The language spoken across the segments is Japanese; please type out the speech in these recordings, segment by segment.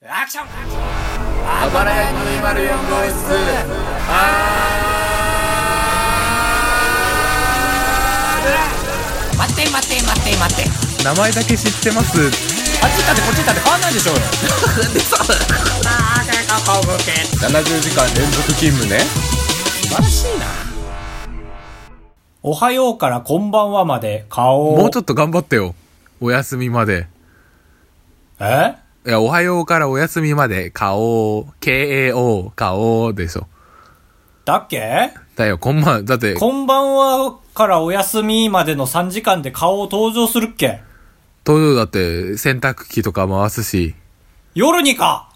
アクションあばらや204号室待って待って待って待って名前だけ知ってますあっち行ったってこっち行ったって変わんないでしょうよ70時間連続勤務ね素晴らしいなおはようからこんばんはまで顔もうちょっと頑張ってよお休みまでえいやおはようからお休みまで顔 KAO 顔でしょだっけだよこんばんだってこんばんはからお休みまでの3時間で顔を登場するっけ東洋だって洗濯機とか回すし夜にか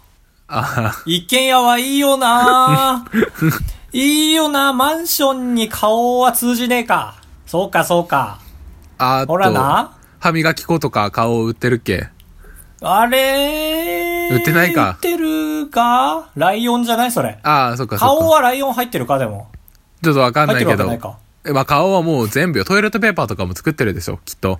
あ一軒家はいいよ ないいよなマンションに顔は通じねえか。そうかそうか。あとほらな歯磨き粉とか顔売ってるっけあれー売ってないか売ってるかライオンじゃないそれ。ああそっかそっか顔はライオン入ってるかでも。ちょっとわかんないけ入ってるどわけないかえまあ顔はもう全部よトイレットペーパーとかも作ってるでしょきっと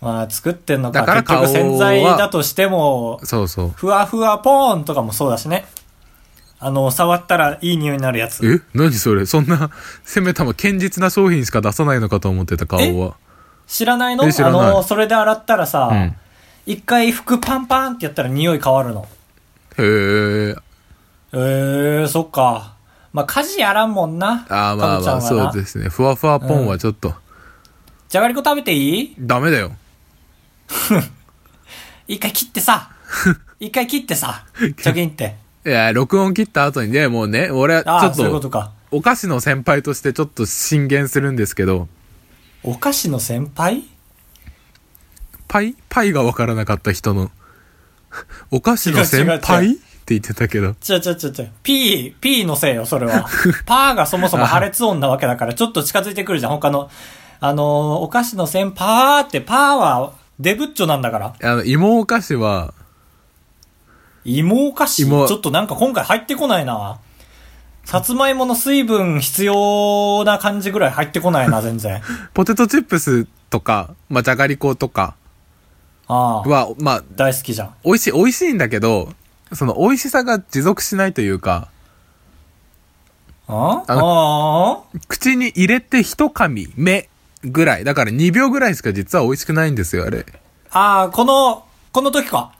まあ作ってんのか。だから結局顔洗は剤だとしても、そうそうふわふわポーンとかもそうだしね。あの、触ったらいい匂いになるやつ。え何それそんな、 せめたま堅実な商品しか出さないのかと思ってた顔は。知らないのえ知らないあの、それで洗ったらさ、うん一回服パンパンってやったら匂い変わるの。へえ。えー、そっか。まあ、家事やらんもんな。。ああまあまあ、そうですすね。ふわふわポンはちょっと、じゃがりこ食べていいダメだよ。一回切って さ。一回切ってさ。チョキンって。いや、録音切った後にね、もうね、俺はああ、ちそういうょこっとと、か。お菓子の先輩としてちょっと進言するんですけど、お菓子の先輩パイパイがわからなかった人の、 お菓子の先違う違う違輩って言ってたけど、ちょちょちょちょ。P、P のせいよ、それは。パーがそもそも破裂音なわけだから、ちょっと近づいてくるじゃん、他の。あのーお菓子の先パーって、パーは、デブッチョなんだから。あの、芋お菓子は、芋お菓子ち芋ょっとなんか今回入ってこないな。さつまいもの水分必要な感じぐらい入ってこないな、全然。ポテトチップスとか、まあ、じゃがりことかああ。は、まあ、大好きじゃん。美味しい、美味しいんだけど、その美味しさが持続しないというか、あああ口に入れて一噛み目ぐらい。だから2秒ぐらいしか実は美味しくないんですよ、あれ。ああ、この、この時か。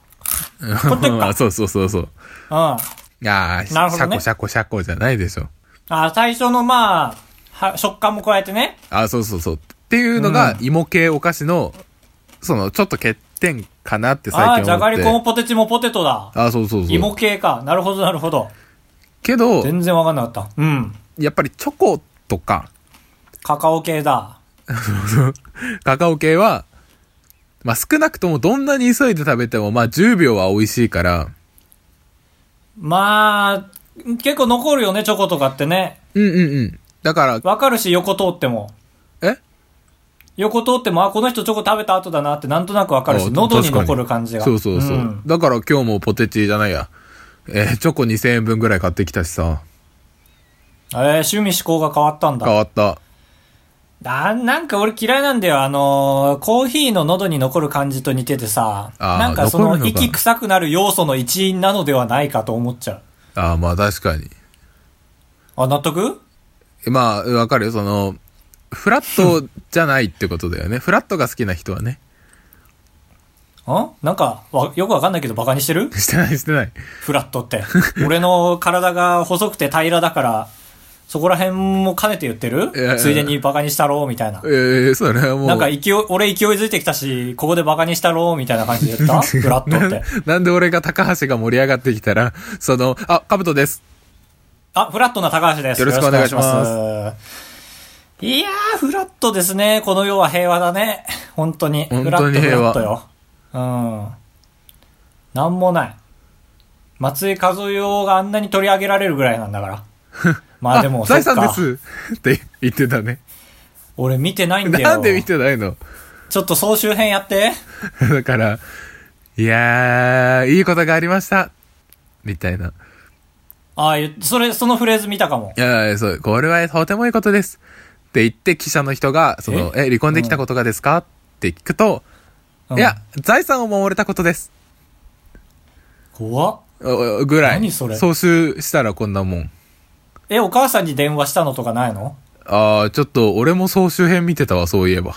の時か そうそうそうそう。うん。あいやー、シなるほどャねコシャコシャコじゃないでしょ。あ、最初のまあ、は食感も加えてね。あ、そうそうそう。っていうのが、芋系お菓子の、その、ちょっと欠点かなって最あ近思っあ、て。じゃがりこもポテチもポテトだ。あ、そうそうそ芋う。系か。なるほど、なるほど。けど、全然わかんなかった。うん。やっぱりチョコとか、カカオ系だ。カカオ系は、まあ、少なくともどんなに急いで食べても、まあ、10秒は美味しいから、まあ、結構残るよね、チョコとかってね。うんうんうん。だから、わかるし、横通っても。え横通っても、あ、この人チョコ食べた後だなってなんとなくわかるあし、喉に確か残る感じが。そうそうそう。んだから今日もポテチじゃないや。えーチョコ2000円分ぐらい買ってきたしさ。えー、趣味思考が変わったんだ変。わった。あなんか俺嫌いなんだよ。あのーコーヒーの喉に残る感じと似ててさ、あーなんかそ残のるのか息臭くなる要素の一因なのではないかと思っちゃう。ああ、まあ確かに。あ、納得えまあ、わかるよ。その、フラットじゃないってことだよね。フラットが好きな人はね。 んなんかわ、よくわかんないけどバカにしてるしてないしてない。フラット って。俺の体が細くて平らだから、そこら辺も兼ねて言ってるいやいやついでにバカにしたろうみたいなえ。ー、それはもう。なんか勢い、俺勢いづいてきたし、ここでバカにしたろうみたいな感じで 言ったフラットって。なんで俺が高橋が盛り上がってきたら、その、あ、カブトです。あ、フラットな高橋です。よろしくお願いしますよろくお願いします。いやー、フラットですね。この世は平和だね。本当に。本当に平フラットフラッ和トよ。うん。なんもない。松井和代があんなに取り上げられるぐらいなんだ から。まあでも、そっ財か産です。って言ってたね。俺見てないんだよ。なんで見てないのちょっと総集編やって。 だから、いやー、いいことがありました。みたいな。ああ、言それ、そのフレーズ見たかもい。やいや、そう、これはとてもいいことです。って言って記者の人が、その、え、離婚できたことがですか、って聞くと、うんいや、財産を守れたことです。怖っ。おぐらい。何それ総集したらこんなもん。え、お母さんに電話したのとかないのああ、ちょっと俺も総集編見てたわ、そういえば。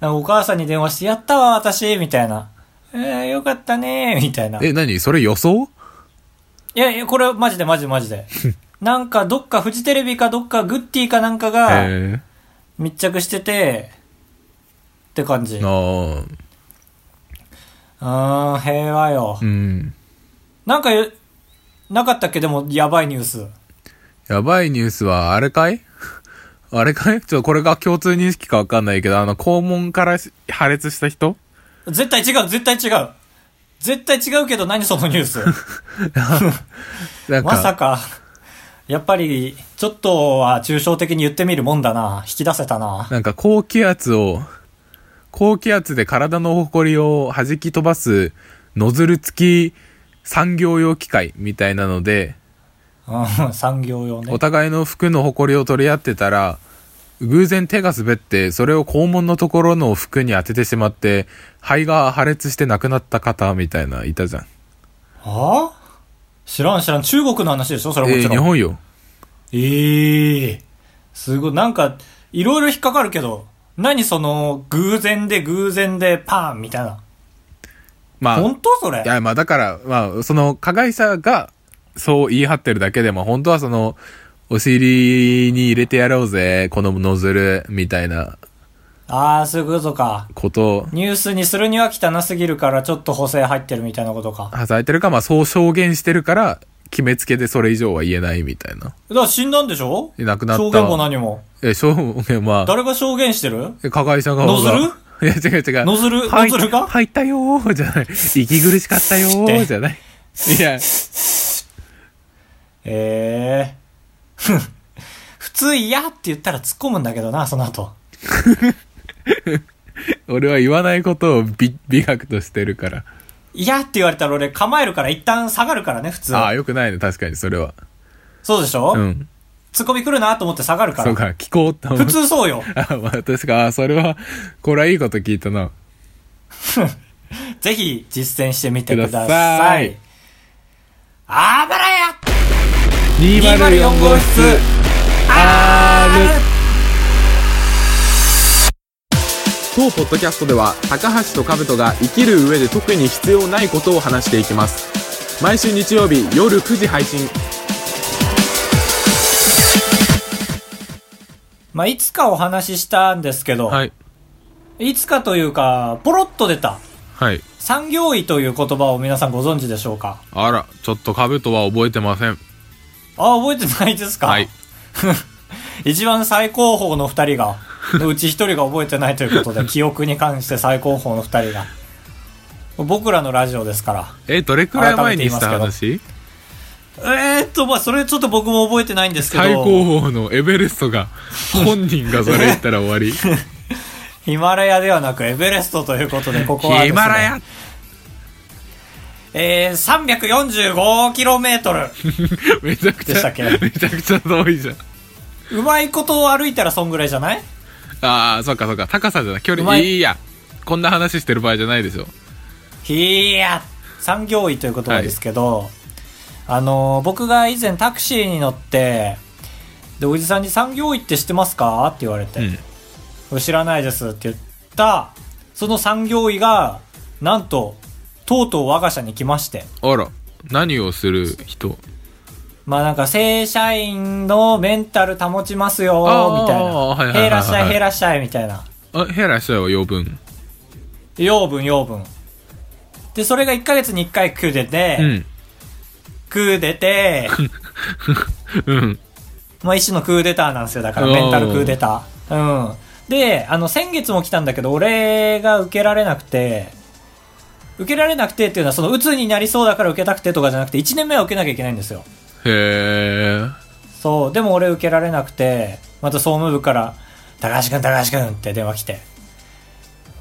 なんかお母さんに電話して、やったわ、私、みたいな。えー、よかったねみたいな。いえ、何それ予想やいや、これマジでマジでマジ で。なんか、どっかフジテレビかどっかグッディかなんかがえ密着してて、って感じ。ー、うあーーん、平和よう。ん。なんかよ、なかったっけでも、やばいニュース。やばいニュースは、あれかい あれかいちょっとこれが共通認識かわかんないけど、あの、肛門からし破裂した人絶対違う、絶対違う。絶対違うけど、何そのニュース。なんか、まさか、やっぱり、ちょっとは抽象的に言ってみるもんだな。引き出せたな。なんか高気圧を、高気圧で体の埃を弾き飛ばすノズル付き産業用機械みたいなので、うん、産業用おね。互いの服の埃を取り合ってたら、偶然手が滑って、それを肛門のところの服に当ててしまって、肺が破裂して亡くなった方みたいな、いたじゃん。はあ知らん知らん。中国の話でしょそれはえもちーろん。日本よ。ええすごい。なんか、いろいろ引っかかるけど、何その、偶然で偶然でパーンみたいな。まあ、本当それいや、まあだから、まあ、その、加害者が、そう言い張ってるだけでも、本当はその、お尻に入れてやろうぜ、このノズル、みたいなああ、そういうことか。ことを、ニュースにするには汚すぎるから、ちょっと補正入ってるみたいなことか。働いてるか、まあそう証言してるから、決めつけでそれ以上は言えないみたいな。だから死んだんでしょいなくなった証言も何も。え、証言、まあ、誰が証言してるえ加害者側が。ノズルいや、違う違う。ノズル入っノズルが入ったよー、じゃない。息苦しかったよってー、じゃない。いや、ええ 普通嫌って言ったら突っ込むんだけどな、その後。俺は言わないことを美美学としてるから。嫌って言われたら俺構えるから一旦下がるからね、普通。ああ、よくないね、確かに、それは。そうでしょ、うん。ツッコミ来るなと思って下がるかそうら。か、聞こうと思って普通そうよ。あ、まあ、確か、あそれは、これはいいこと聞いたな。ぜひ実践してみてください。くださいあばらや204号室 R! 当ポッドキャストでは、高橋と兜が生きる上で特に必要ないことを話していきます。毎週日曜日夜9時配信。まあ、いつかお話ししたんですけど、はい。い、つかというか、ポロッと出た、はい。産業医という言葉を皆さんご存知でしょうかあら、ちょっと兜は覚えてません。あ、覚えてないですかはい。一番最高峰の二人が、うち一人が覚えてないということ で、記憶に関して最高峰の二人が。僕らのラジオですから。え、どれくらい前にした改め話えー、っと、まあ、それちょっと僕も覚えてないんですけど、最高峰のエベレストが、本人がそれ言ったら終 わり。ヒマラヤではなくエベレストということで、ここはですね、ヒマラヤえー、345km。 めちゃくちでしたゃっけ、めちゃくちゃ遠いじゃん。うまいことを歩いたらそんぐらいじゃないああ、そっかそっか。高さじゃない。距う離。まいいいや。こんな話してる場合じゃないでしょ。いや、産業医という言葉ですけど、あの、僕が以前タクシーに乗って、で、おじさんに産業医って知ってますかって言われて、うん。知らないですって言った、その産業医が、なんと、とうとう我が社に来まして、あら、何をする人まあなんか正社員のメンタル保ちますよあーみたはいいはいはな。いはいへいらっしゃい、へいらっしゃい、みたいな。あ、ヘラしたよ、余分。養分、養分。で、それが1ヶ月に1回クー出て、うん。クー出て、 うん。まあ一種のクーデターなんですよ。だからおーメンタルクーデター。うん。で、あの、先月も来たんだけど、俺が受けられなくて、受けられなくてっていうのは、その、鬱になりそうだから受けたくてとかじゃなくて、1年目は受けなきゃいけないんですよ。へーそう。でも俺受けられなくて、また総務部から、高橋くん、高橋くんって電話来て、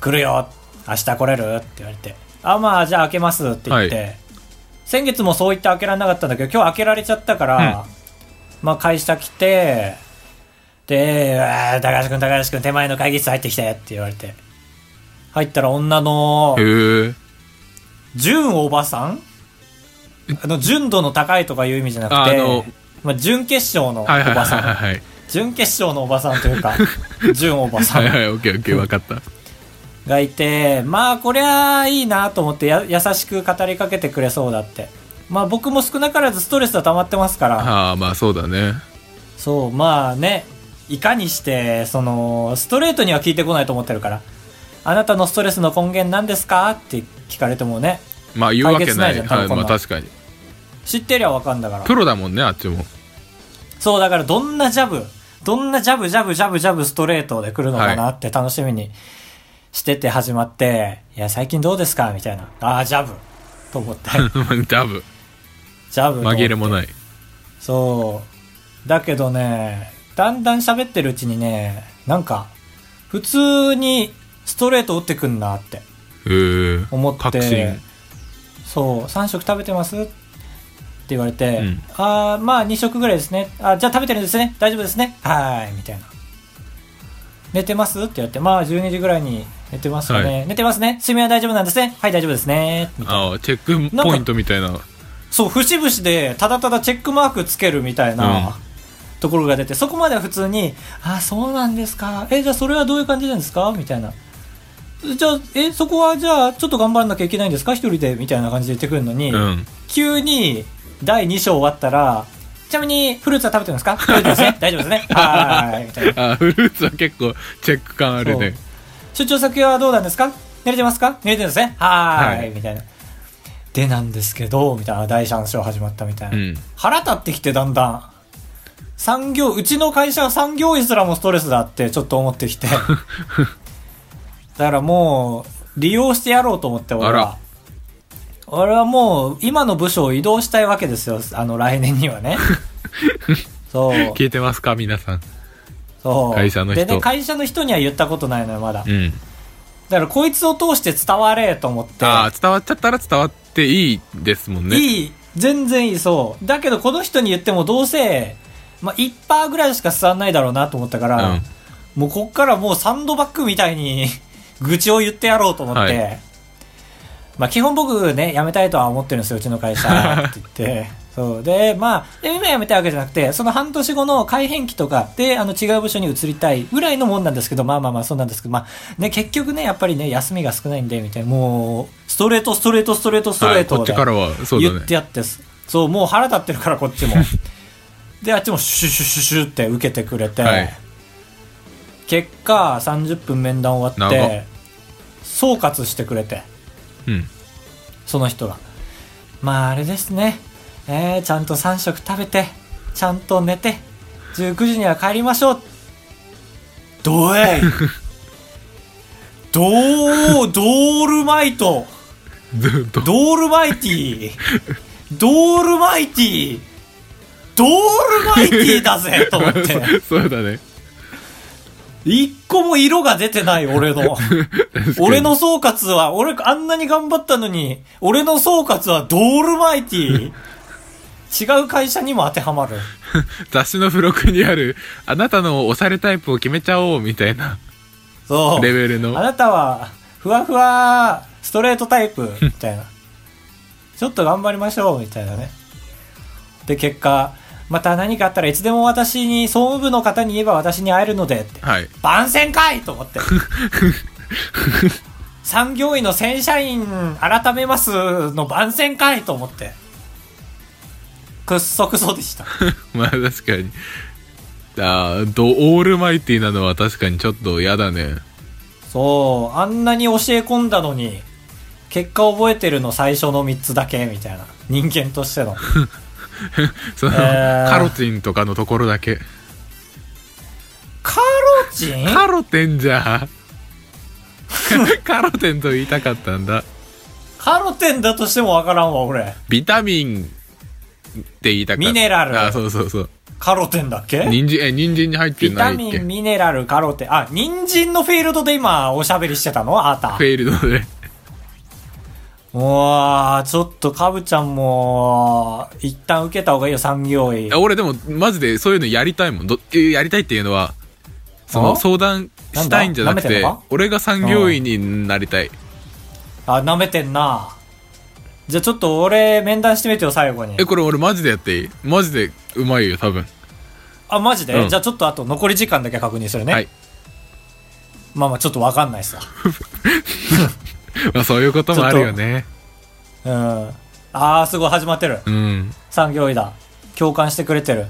来るよ明日来れるって言われて、あ、まあ、じゃあ開けますって言って、は先月もそう言って開けられなかったんだけど、今日開けられちゃったから、まあ、会社来て、で、うわー高橋くん、高橋くん、手前の会議室入ってきてって言われて、入ったら女のへー純おばさんあの、純度の高いとかいう意味じゃなあくあての、まあ、準決勝のおはいはいばはさん。いはい。準決勝のおばさんという か、純おばさはいんはい、オッケーオッケー、わかった。がいて、まあ、こりゃいいなと思ってや、優しく語りかけてくれそうだって。まあ、僕も少なからずストレスは溜まってますから、ああ、まあそうだね。そう、まあね、いかにして、その、ストレートには聞いてこないと思ってるから、あなたのストレスの根源何ですかって聞かれてもね、まあ言うわけ解な決ないい。じゃん多は分い、こんまなあの確かに。知ってりゃわかんだから。プロだもんね、あっちも。 そう、だからどんなジャブ、どんなジャブ、ジャブ、ジャブ、ジャブ、ストレートで来るのかなはって楽しみにしてて始まって、い、や、最近どうですかみたいな。ああ、ジャブと思って。ダブ。ジャブと思って。紛れもない。そう。だけどね、だんだん喋ってるうちにね、なんか、普通にストレート打ってくんなってへえ。思って。確信。そう、3食食べてますって言われて、うんああ、まあ2食ぐらいですね。あじゃあ食べてるんですね。大丈夫ですね。はーい、みたいな。寝てますって言われて、まあ12時ぐらいに寝てますよね。は寝てますね。睡眠は大丈夫なんですね。はい、大丈夫ですね。みたいな。ああ、チェックポイントみたいな。そう、節々で、ただただチェックマークつけるみたいな、うんところが出て、そこまでは普通に、あ、そうなんですか。え、じゃあそれはどういう感じなんですかみたいな。じゃあ、え、そこはじゃあ、ちょっと頑張らなきゃいけないんですか一人でみたいな感じで言ってくるのに、うん。急に第2章終わったら、ちなみにフルーツは食べてますか食べて ますね。大丈夫ですね。はーい。みたいな。ああ、フルーツは結構チェック感あるね。出張先はどうなんですか寝れてますか寝れてるんですね。はーい,、はいみたいな。でなんですけど、みたいな。第3章始まったみたいな。うん腹立ってきて、だんだん。産業、うちの会社は産業医すらもストレスだってちょっと思ってき て。だからもう、利用してやろうと思って、俺はあら。俺はもう、今の部署を移動したいわけですよ。あの、来年には ね。そう。聞いてますか、皆さん。そう。会社の人でね、会社の人には言ったことないのよ、まだ。うん。だからこいつを通して伝われと思って、ああ、伝わっちゃったら伝わっていいですもんね。いい、全然いい、そう。だけどこの人に言ってもどうせ、まあ、1%ぐらいしか伝わんないだろうなと思ったから、うんもうこっからもうサンドバッグみたいに 愚痴を言ってやろうと思って、はまあ基本僕ね、辞めたいとは思ってるんですよ、うちの会社って言って。 そう。で、まあ、で今辞めたいわけじゃなくて、その半年後の改変期とかで、あの違う部署に移りたいぐらいのもんなんですけど、まあまあまあそうなんですけど、まあね、結局ね、やっぱりね、休みが少ないんで、みたいな、もう、ストレート、ストレート、ストレート、ストレはーい、トこっちからは、そうだ言ねって。やってすそうもう腹立ってるからこっち もであっちもシュシュシュシュシュって受けてくれて、はい結果30分面談終わっ長て総括してくれてうん。その人がまああれですねえーちゃんと3食食べてちゃんと寝て19時には帰りましょうど えいどうドールマイトずっと。ドールマイティードールマイティードールマイティーだぜと思って そうだね。一個も色が出てない俺の俺の総括は俺あんなに頑張ったのに俺の総括はドールマイティー違う会社にも当てはまる雑誌の付録にある、あなたの押されタイプを決めちゃおうみたいなそうレベルの。あなたはふわふわストレートタイプみたいなちょっと頑張りましょうみたいなねで結果また何かあったらいつでも私に総務部の方に言えば私に会えるのでってはい。番宣かいと思って産業医の正社員改めますの番宣かいと思ってくっそくそでしたまあ確かに。ああ、ドオールマイティなのは確かにちょっと嫌だね。そう、あんなに教え込んだのに、結果覚えてるの最初の3つだけ、みたいな。人間と しての。その、えーカロティンとかのところだけ。カロチンカロテンじゃ。 カロテンと言いたかったんだ。カロテンだとしてもわからんわ、俺。ビタミンって言いたかった。ミネラルあ、そうそうそう。カロテンだっけ人参、え、人参に入ってビなタいっミけン、ミネラル、カロテン。あ、人参のフィールドで今、おしゃべりしてたのあなたフ。ェイルドで。うわー、ちょっとカブちゃんも、一旦受けた方がいいよ、産業医いや。俺でも、マジでそういうのやりたいもん。どえやりたいっていうのは、そあの相談したいんじゃなくなんだ舐めててんのか俺が産業医になりたい。あ、舐めてんな。じゃあちょっと俺面談してみてよ、最後にえ、。これ俺マジでやっていいマジでうまいよ、 多分。あ、マジで、うんじゃあちょっとあと残り時間だけ確認するね。はい。まあまあちょっとわかんないっすわ。まあそういうこともあるよね。うん。あー、すごい始まってる。うん。産業医だ。共感してくれてる。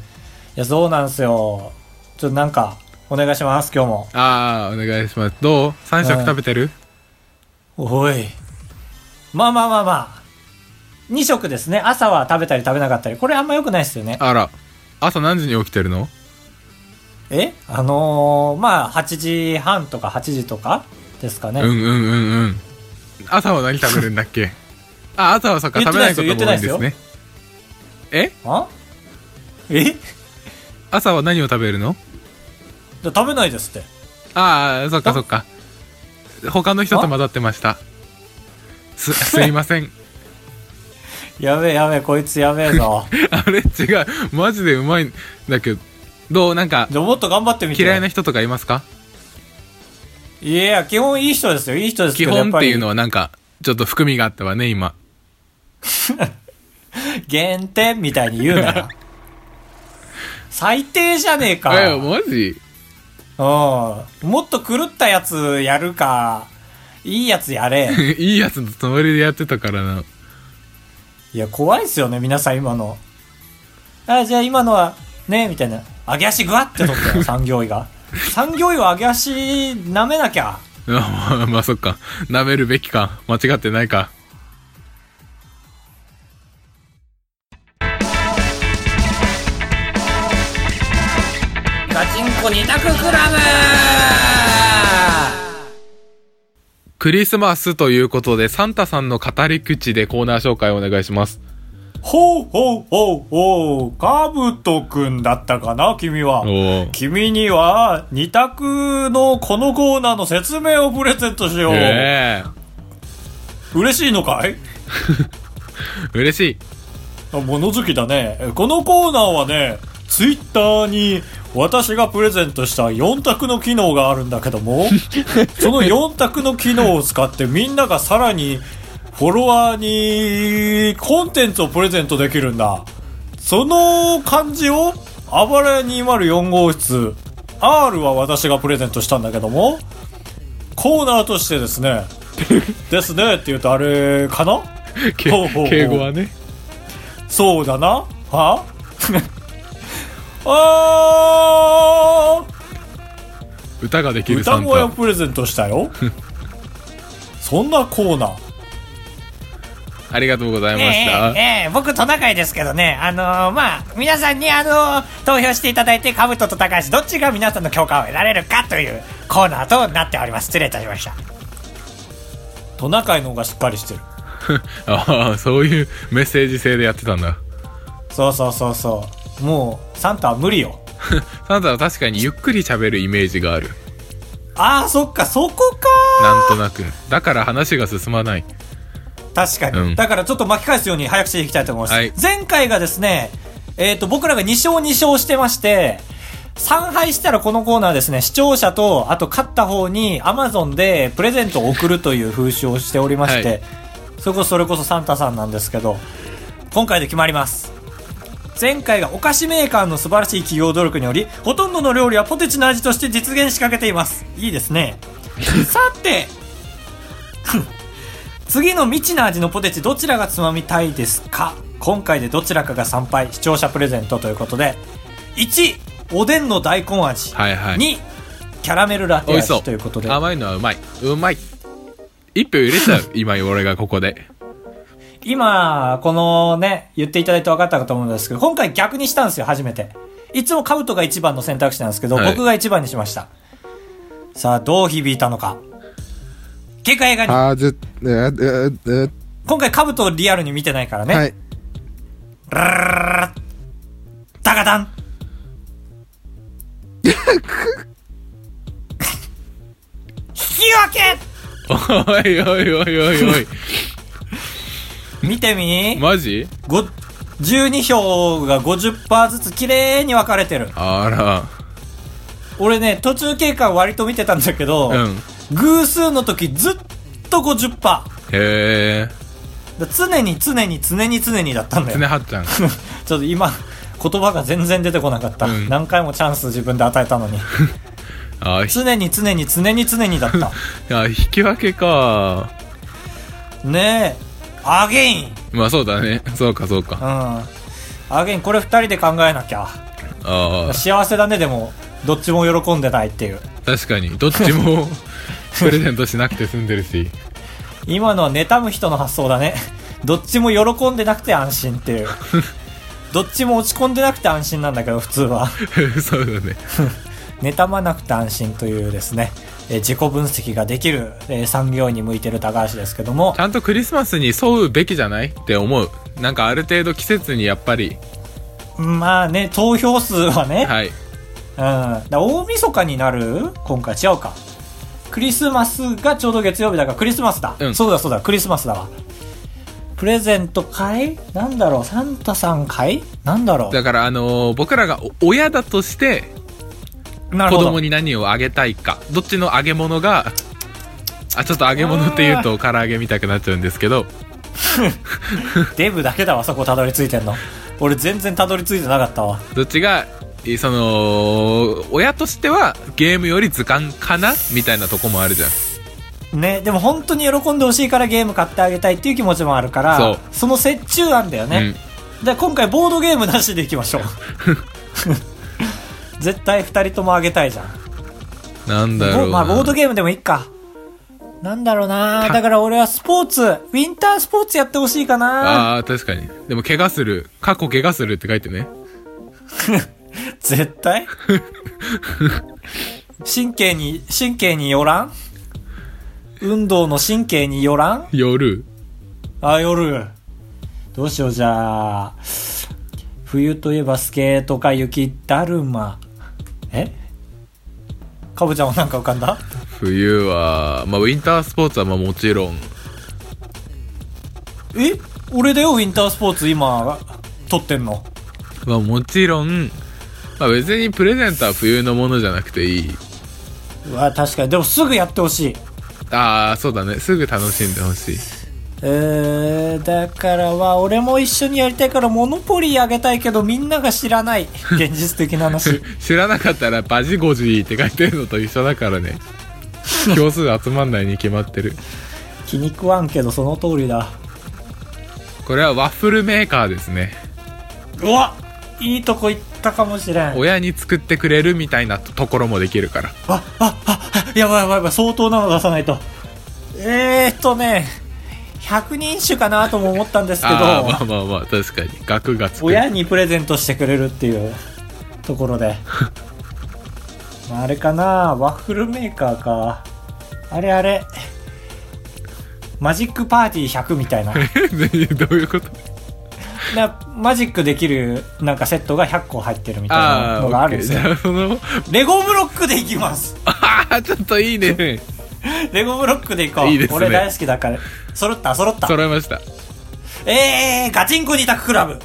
いや、そうなんすよ。ちょっとなんか、お願いします、今日も。ああ、お願いします。どう ?3 食食べてるおい。まあまあまあまあ。2食ですね。朝は食べたり食べなかったり。これあんま良くないっすよね。あら。朝何時に起きてるのえあのー、まあ、8時半とか8時とかですかね。うんうんうんうん。朝は何食べるんだっけあ、朝はそっか、言っ食てなべないいことですよも多いんですね。えあえ朝は何を食べるのだ食べないですって。ああ、そっかそっか。他の人と混ざってました。す、すいません。 やべえやべえ、こいつやべえ ぞ。あれ違う。マジでうまいんだけど、どうなんか、じゃあもっと頑張ってみて。嫌いな人とかいますかいや、基本いい人ですよ。いい人ですけ基ど。本っていうのは。はなんか、ちょっと含みがあったわね、今。減点みたいに言うなよ。 最低じゃねえか。え、マジ うん。もっと狂ったやつやるか、いいやつやれ。いいやつのつもりでやってたからな。いや、怖いっすよね、皆さん今の。あ、じゃあ今のは、ねみたいな。揚げ足グワって取った よ、産業医が。産業医は揚げ足舐めなきゃ。あまあ、 まあ、そっか。舐めるべきか。間違ってないか。ガチンコ二択クラブクリスマスということで、サンタさんの語り口でコーナー紹介をお願いします。ほうほうほうほう、かぶとくんだったかな、君は。おお。君には、二択のこのコーナーの説明をプレゼントしよう。ええ嬉しいのかい嬉しい。あ物好きだね。えこのコーナーはね、ツイッターに私がプレゼントした4択の機能があるんだけども、その4択の機能を使ってみんながさらにフォロワーにコンテンツをプレゼントできるんだ。その感じを、あばらや204号室、R は私がプレゼントしたんだけども、コーナーとしてですね、ですねって言うとあれかなけほうほうほう敬語はね。そうだなは あ歌ができーるサ歌ン声をタ。プレゼントしたよそんなコーナーありがとうございました。ええ僕トナカイですけどね、あのーまあ、皆さんにあのー投票していただいて、カブトと高橋、どっちが皆さんの許可を得られるかというコーナーとなっております。失礼いたしました。トナカイの方がしっかりしてる ああ、そういうメッセージ性でやってたんだ。そうそうそうそうもうサンタは無理よサンタは確かにゆっくり喋るイメージがある。ああそっかそこなんとなく。だから話が進まない。か確かに、うんだからちょっと巻き返すように早くしていきたいと思います、はい前回がですねえっ、と僕らが2勝2勝してまして3敗したらこのコーナーですね、視聴者と、あと勝った方に Amazon でプレゼントを送るという風習をしておりまして、はいそれこそそれこそサンタさんなんですけど、今回で決まります。前回がお菓子メーカーの素晴らしい企業努力により、ほとんどの料理はポテチの味として実現しかけています。いいですね。さて、 次の未知な味のポテチどちらがつまみたいですか今回でどちらかが参拝、視聴者プレゼントということで、1、おでんの大根味。はいはい。 2キャラメルラテ美味しそ味う。ということで甘いのはうまい。うまい。一票入れち ゃう。今俺がここで。今このね言っていただいて分かったかと思うんですけど今回逆にしたんですよ初めていつもカブトが1番の選択肢なんですけど、はい僕が1番にしましたさあどう響いたのか結果映画にあーずえーえーえ今回カブトをリアルに見てないからーね、はい。ダガダン引き分けおいおいおいおいおい。見てみ、マジご12票が50%ずつ綺麗に分かれてるあ俺ね途中経過割と見てたんだけど、ら。うん。偶数の時ずっと50%へえ。だ常に常に常に常にだったんだよ常はっ ちゃん。ちょっと今言葉が全然出てこなかった、うん何回もチャンス自分で与えたのに あひ常に常に常に常にだ ったあ、引き分けか。ねえアゲインうんまあそうだね。そうかそうか。アゲインこれ二人で考えなきゃああ、幸せだねでもどっちも喜んでないっていう確かに。どっちも プレゼントしなくて済んでるし。 今のは妬む人の発想だね どっちも喜んでなくて安心って いうどっちも落ち込んでなくて安心なんだけど普通はそうだね。妬まなくて安心というですね、えー自己分析ができる、えー産業に向いてる高橋ですけどもちゃんとクリスマスに沿うべきじゃないって思う。なんかある程度季節にやっぱり、まあね投票数はね、はい。うん。だ大晦日になる今回違うか。クリスマスがちょうど月曜日だからクリスマスだ。うんそうだそうだ、クリスマスだわ。プレゼント会なんだろう、サンタさん会なんだろだからあのー僕らがお親だとして、う。なる子ほど。供に何をあげたいかどっちの揚げ物があちょっと揚げ物って言うと唐揚げみたくなっちゃうんですけどデブだけだわ、そこたどり着いてんの。俺全然たどり着いてなかったわ。どっちがえその親としてはゲームより図鑑かなみたいなとこもあるじゃんね、でも本当に喜んでほしいからゲーム買ってあげたいっていう気持ちもあるから、そうの折衷案だよね。で今回ボードゲームなしでいきまし ょう。絶対二人ともあげたいじゃん。うん、なんだろうぼなまあ、ボードゲームでもいいか。なんだろう なだから俺はスポーツ、ウィンタースポーツやってほしいかなああ確かにでも怪我する過去怪我するって書いてね絶 対神経に、神経によらん運動の神経によらん夜あ、夜。どうしよう、じゃあ。冬といえばスケートか雪だるま。えかぶちゃんはなんか浮かんだ冬はまあウィンタースポーツはまあもちろんえ俺だよ、ウィンタースポーツ今、撮ってんの。まあもちろんまあ別にプレゼントは冬のものじゃなくていいうわ確かにでもすぐやってほしいああそうだねすぐ楽しんでほしい えー、だからは俺も一緒にやりたいからモノポリーあげたいけどみんなが知ら ない現実的な話知らなかったらバジゴジって書いてるのと一緒だか らね票数集まんないに決まってる気に食わんけどその通りだこれはワッフルメーカーですねうわいいとこ行ったかもしれんあ親に作ってくれるみたいなところもできるからああやばいやばいやばい相当なの出さないとえーっとね100人種かなとも思ったんですけど、ああまあまあまあ確かに額がつく親にプレゼントしてくれるっていうところでまああれかなワッフルメーカーかあれあれマジックパーティー100みたいな どういうことなマジックできるなんかセットが100個入ってるみたいなああのオがあッるケんーですじよゃあそのレゴブロックでいきますああちょっといいねレゴブロックでいこういいですね俺大好きだから揃った揃った揃えましたえー、ガチンコ二択クラブ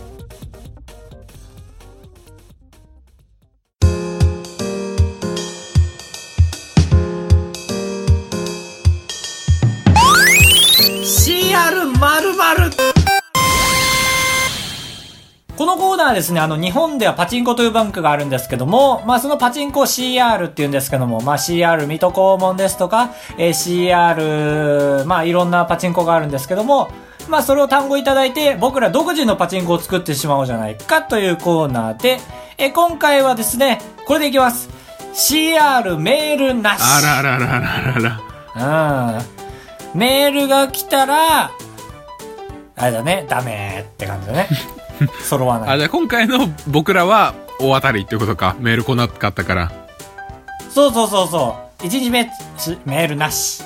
このコーナーですね、あの、日本ではパチンコというバンクがあるんですけども、まあ、そのパチンコを CR って言うんですけども、まあ、CR 水戸黄門ですとか、えー CR、まあ、いろんなパチンコがあるんですけども、まあ、それを単語いただいて、僕ら独自のパチンコを作ってしまおうじゃないかというコーナーで、えー今回はですね、これでいきます。CR メールなし。あららららららうん。メールが来たら、あれだね、ダメって感じだね。揃わない。あじゃあ今回の僕らは大当たりってことかメール来なかったからそうそうそうそう。1日目、しメールなし。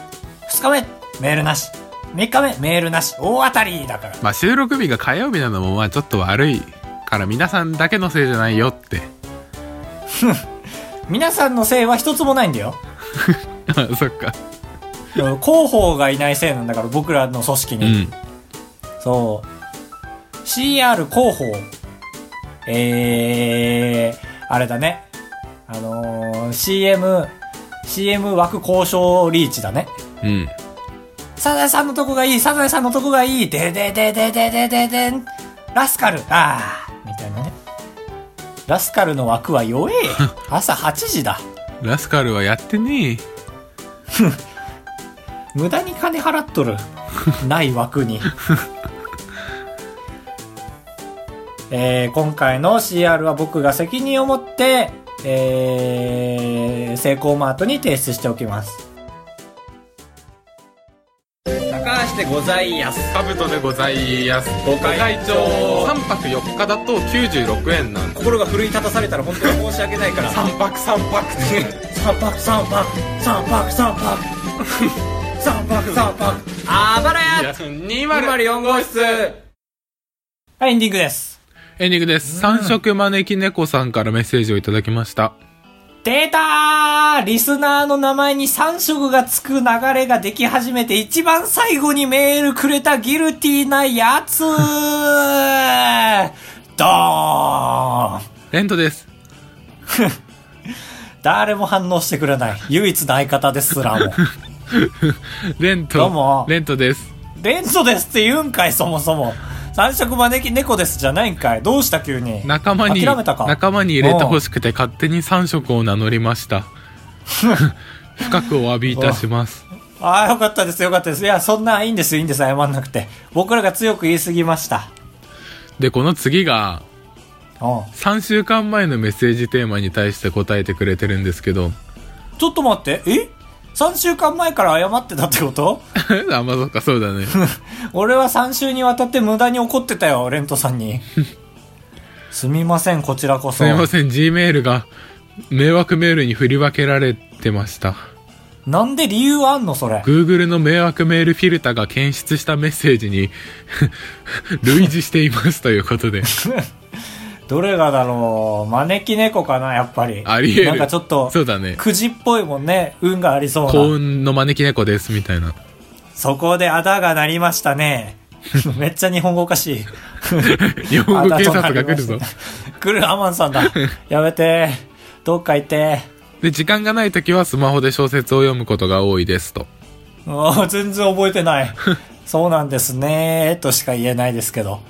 2日目、メールなし。3日目、メールなし。大当たりだから。まあ、収録日が火曜日なのもまあちょっと悪いから皆さんだけのせいじゃないよって 皆さんのせいは一つもないんだよ。あそっかうん広報がいないせいなんだから、僕らの組織うに。んそう。CR 広報。えー、あれだね。あのー、CM、CM 枠交渉リーチだね。うん3サザエさんのとこがいい、サザエさんのとこがいい、ででででででででん、ラスカル、ああ、みたいなね。ラスカルの枠は弱え。朝8時だ。ラスカルはやってね無駄に金払っとるない枠にえー今回の CR は僕が責任を持って、えー、セイコーマートに提出しておきます高橋でございやすカブトでございやすご会長3泊4日だと96円なんで心が奮い立たされたら本当に申し訳ないから3泊3泊って3泊3泊3泊3泊3泊3泊あばらや204号室はいエンディングですエンディングです三色招き猫さんからメッセージをいただきました出たーリスナーの名前に3色がつく流れができ始めて一番最後にメールくれたギルティーなやつードーンレントです誰も反応してくれない。唯一の相方です らも。レントどうもレントですレントですって言うんかい、そもそも。三色招き猫ですじゃないんかい。どうした急に。仲間に諦めたか。仲間に入れてほしくて勝手に3色を名乗りました 深くお詫びいたしますああ、よかったです、よかったです。いや、そんな、いいんです、いいんです、謝んなくて。僕らが強く言い過ぎました。でこの次がうん。 3週間前のメッセージテーマに対して答えてくれてるんですけど ちょっと待って、え ?3 週間前から謝ってたってことあまあそっかそうだね俺は3週にわたって無駄に怒ってたよ、レントさ んに。すみません、こちらこそ。すいません G メールが迷惑メールに振り分けられてましたなんで理由あんの、それ。 Google の迷惑メールフィルタが検出したメッセージに 類似していますということ でどれがだろう招き猫かな、やっぱり。ありえるなんかちょっと、そうだねくじっぽいもんね。運がありそう幸な。運の招き猫ですみた いなそこであだが鳴りましたね。 めっちゃ日本語おかしい。日本語警察が来るぞ。来る、アマンさんだ。やめて。どっか行って。で時間がない時はスマホで小説を読むことが多いですとああ、全然覚えてない。そうなんですね、としか言えないですけど。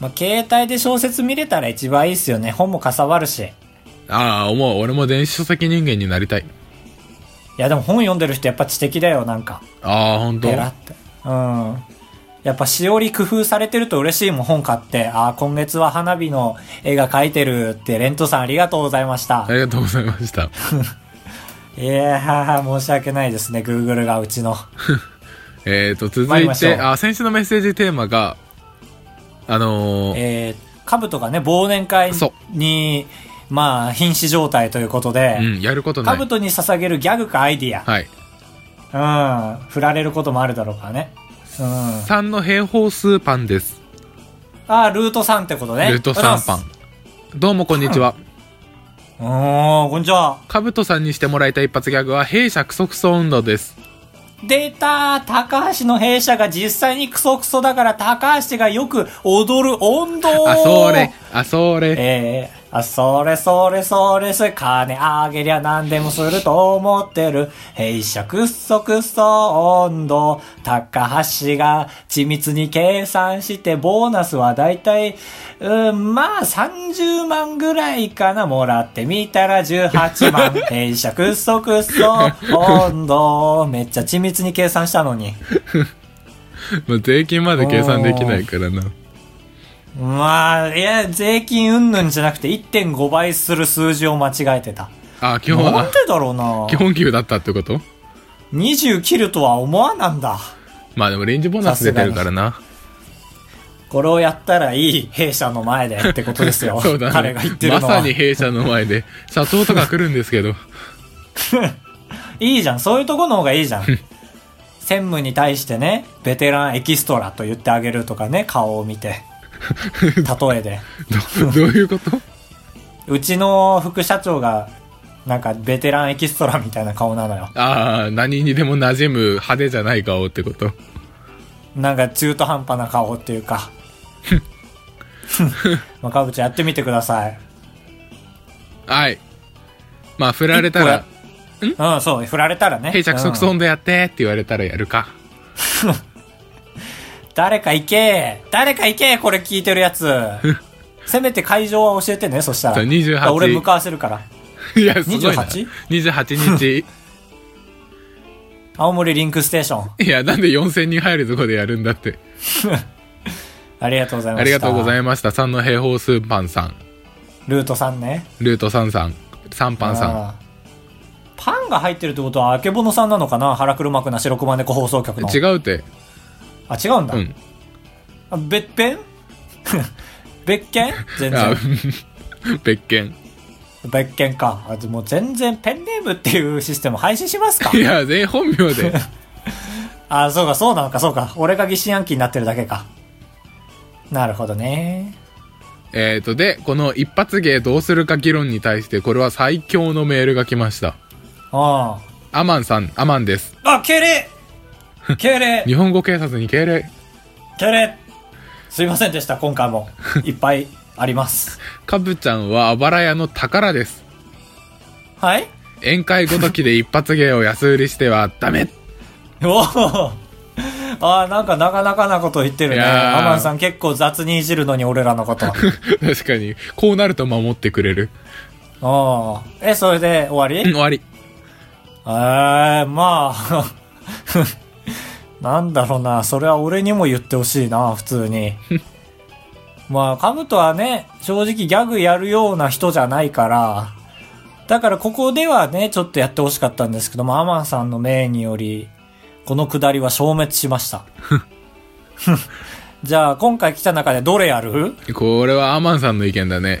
まあ、携帯で小説見れたら一番いいっすよね。本もかさばるし。いああ思う俺も電子書籍人間になりたいや、でも本読んでる人やっぱ知的だよ、なんか。ああ本当ペラって。うん。やっぱしおり工夫されてると嬉しいもん、本買って。ああ、今月は花火の絵が描いてるって、レントさんありがとうございましたあ。りがとうございました いやー、申し訳ないですね、Google がうちの。えー、と、続参りいましょうて、あ、先週のメッセージテーマが、あのーえー、兜がね、忘年会そに、まあ、瀕死状態ということで、うん、やることない。兜に捧げるギャグかアイディはい。ア。うん。振られることもあるだろうからね。うん。あ3の平方数パンです。あ、ルート3ってことね。ルート3パン。どうもこんにちは。おー、こんにちは。カブトさんにしてもらいたい一発ギャグは、弊社クソクソ運動です。出たー高橋の弊社が実際にクソクソだから高橋がよく踊る温度あ、それ、あ、それ。ええあ、それそれそれそれ、金あげりゃ何でもすると思ってる。弊社くっそくっそ温度。高橋が緻密に計算して、ボーナスはだいたい、うん、まあ30万ぐらいかな。もらってみたら18万。 弊社くっそくっそ温度。めっちゃ緻密に計算したのに。まあ、税金まで計算できないからな。まあ、いや、税金うんぬんじゃなくて1.5倍する数字を間違えてた。あ、基本なはん、でだろうな基本給だったってこと20切るとは思わなんだ。まあでも臨時ボーナス出てるからな。これをやったらいい弊社の前でってことです よ。そうだね。彼が言ってるまのは。さに弊社の前で、社長とか来るんですけど。いいじゃん。そういうとこの方がいいじゃん。専務に対してね、ベテランエキストラと言ってあげるとかね、顔を見て。例えで。ど どういうことうちの副社長が、なんかベテランエキストラみたいな顔なのよ。ああ、何にでも馴染む派手じゃない顔ってこと。なんか中途半端な顔っていう か。まあ、かぶちゃんやってみてください。はい。まあ、振られたら、うん、そう、振られたらね。弊社即うん損でやってって言われたらやるか。誰か行け誰か行けこれ聞いてるや つ。せめて会場は教えてね、そしたら。そう28俺向かわせるから。 いや、すごいな。 28 28日。 青森リンクステーション。いや、なんで4000人入るとこでやるんだって。ありがとうございました。ありがとうござまいました。3の平方数パンさん。す。ルートさんね。ルート3さん。3パンさん。あーパンが入ってるってことは、あけぼのさんなのかな腹黒幕な白熊猫放送局の。違うう。って。あ、違うんだ。うん。あ別編 別件全あ 然。別件。別件か。あもう全然ペンネームっていうシステム廃止しますか いや、全員本名で。あ、そうか、そうなのか、そうか。俺が疑心暗鬼になってるだけか。なるほどね。えっと、で、この一発芸どうするか議論に対して、これは最強のメールが来ました。うん。あ、アマンさん、アマンです。敬礼 敬礼日本語警察に敬礼。敬礼すいませんでした、今回も。いっぱいあります。カブちゃんはあばら屋の宝です。はい宴会ごときで一発芸を安売りしてはダメ。 おおあーなんかなかなかなこと言ってるいね。やーアマンさん結構雑にいじるのに俺らの こと。確かに。こうなると守ってくれる。おーえ、それで終わうんり終わり。えー、まあ。 なんだろうな。それは俺にも言ってほしいな、普 通に。まあ、カブトはね、正直ギャグやるような人じゃないから、だからここではね、ちょっとやってほしかったんですけども、アマンさんの命により、このくだりは消滅しました。じゃあ、今回来た中でどれやるこれはアマンさんの意見だね。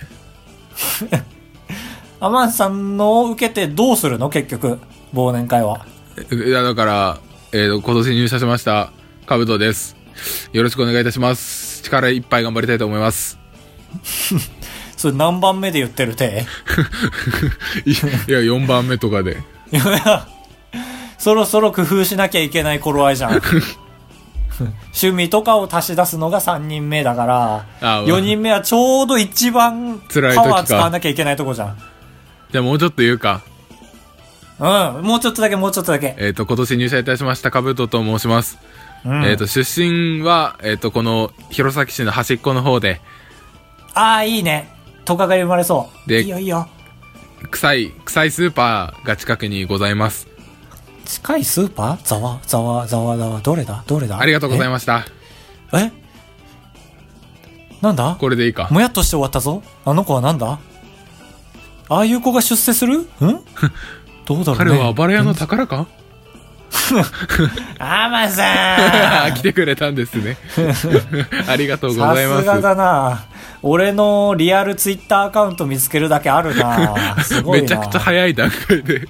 アマンさんのを受けてどうするの結局、忘年会は。いや、だから、えっ、と、今年入社しました、カブトです。よろしくお願いいたします。力いっぱい頑張りたいと思います。 それ何番目で言ってる手いいや、4番目とかで。いや、そろそろ工夫しなきゃいけない頃合いじゃ ん。趣味とかを足し出すのが3人目だから、あ4人目はちょうど一番パ辛い時かワー使わなきゃいけないとこじゃじゃあもうちょっと言うか。ん。うん、もうちょっとだけもうちょっとだけ。えっ、と、今年入社いたしました、カブトと申します。うん、えっ、と、出身は、えっ、と、この、弘前市の端っこの方で、ああ、いいね。トカが生まれそう。でいいよいいよ。臭い、臭いスーパーが近くにございます。近いスーパーざわざわざわざわ。どれだどれだありがとうございまました。す。えなんだこれでいいか。もやっとして終わったぞ。あの子はなんだああいう子が出世するんどうだろうね。彼はバレ屋の宝か アマンさんあ来てくれたんですね。 ありがとうございさますがす。だな。俺のリアルツイッターアカウント見つけるだけあるな。すごいな。めちゃくちゃ早い段階 で。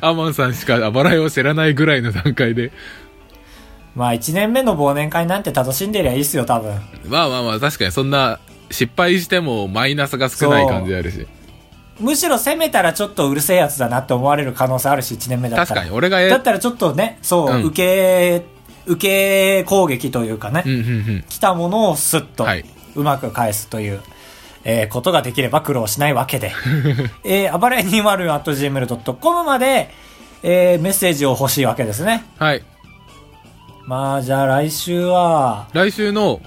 アマンさんしかあばら屋を知らないぐらいの段階で。まあ一年目の忘年会なんて楽しんでりゃいいっすよ、多分。まあまあまあ、確かにそんな、失敗してもマイナスが少ない感じあるし。むしろ攻めたらちょっとうるせえやつだなって思われる可能性あるし、一年目だった確ら。かに、俺がえ、だったらちょっとね、そう、うん受け、受け攻撃というかね、うんうんうん。来たものをスッと、はいうまく返すという、えーことができれば苦労しないわけ で。えー、あばれ 204.gmail.com まで、えーメッセージを欲しいわけですね。はい。まあ、じゃあ来週は、来週の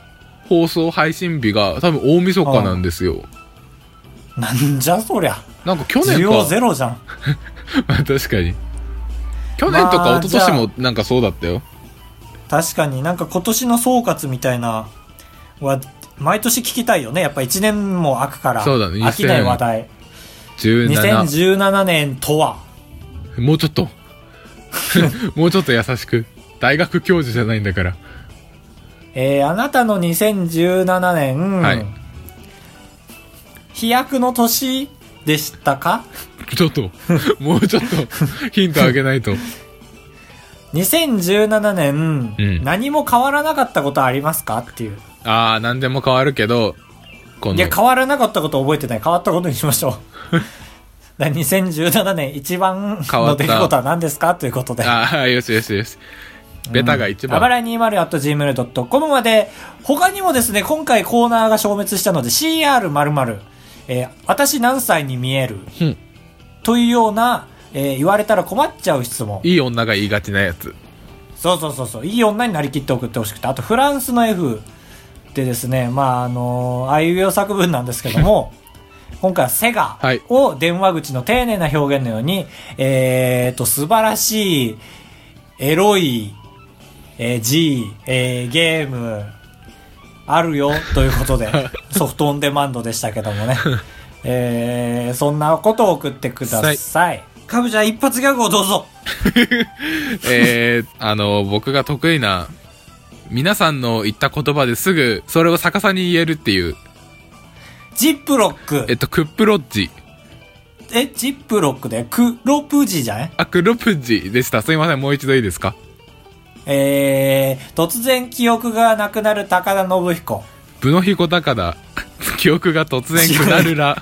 放送配信日が多分大晦日なんですよ。なんじゃそりゃ。なんか去需年要ゼか。ロじゃん。まあ 確かに。去年とまかあ一昨年もなんかそうだったよ。確かになんか今年の総括みたいな、は、毎年聞きたいよね。やっぱ1年も空くから。そうだね飽きない話題。 17。 2017年とは。もうちょっ と。もうちょっと優しく。大学教授じゃないんだから。えーあなたの2017年、はい飛躍の年でしたかちょっと、 もうちょっと、ヒントあげないと。 2017年、うん何も変わらなかったことありますかっていうああ、何でも変わるけど、こいのや、変わらなかったこと覚えてない変わったことにしま しょうだから2017年一番変わのった出来事は何ですかということでああ、 よしよしよし。ベタが一あば番。ら 20.gmail.com まで、他にもですね、今回コーナーが消滅したので、CR○○、えー私何歳に見える、うんというような、えー言われたら困っちゃう質問。いい女が言いがちなやつ。そうそうそうそういい女になりきって送ってほしくてあとフランスの F でですねまああのあいうえお作文なんですけども 今回はセガはいを電話口の丁寧な表現のように、えーと素晴らしいエロい、えー G、えーゲームあるよという ことでソフトオンデマンドでしたけどもね、えーそんなことを送ってくださいカブちゃん一発ギャグをどうぞえー、あの、僕が得意な、皆さんの言った言葉ですぐ、それを逆さに言えるっていう、ジップロックえっと、クップロッジ、え、ジップロックで、クロプジじゃないあ、クロプジでした。すいません、もう一度いいですかえー、突然記憶がなくなる高田信彦。ブノヒコ高だ、 記憶が突然くなるら、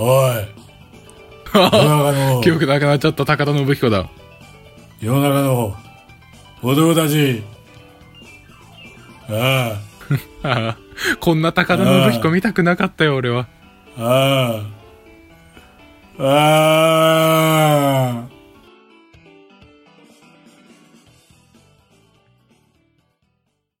おい、世の中の記憶なくなっちゃった高田信彦だ。世の中の、男たち。あああこんな高田信彦見たくなかったよ、俺は。あ、ああ、ああ。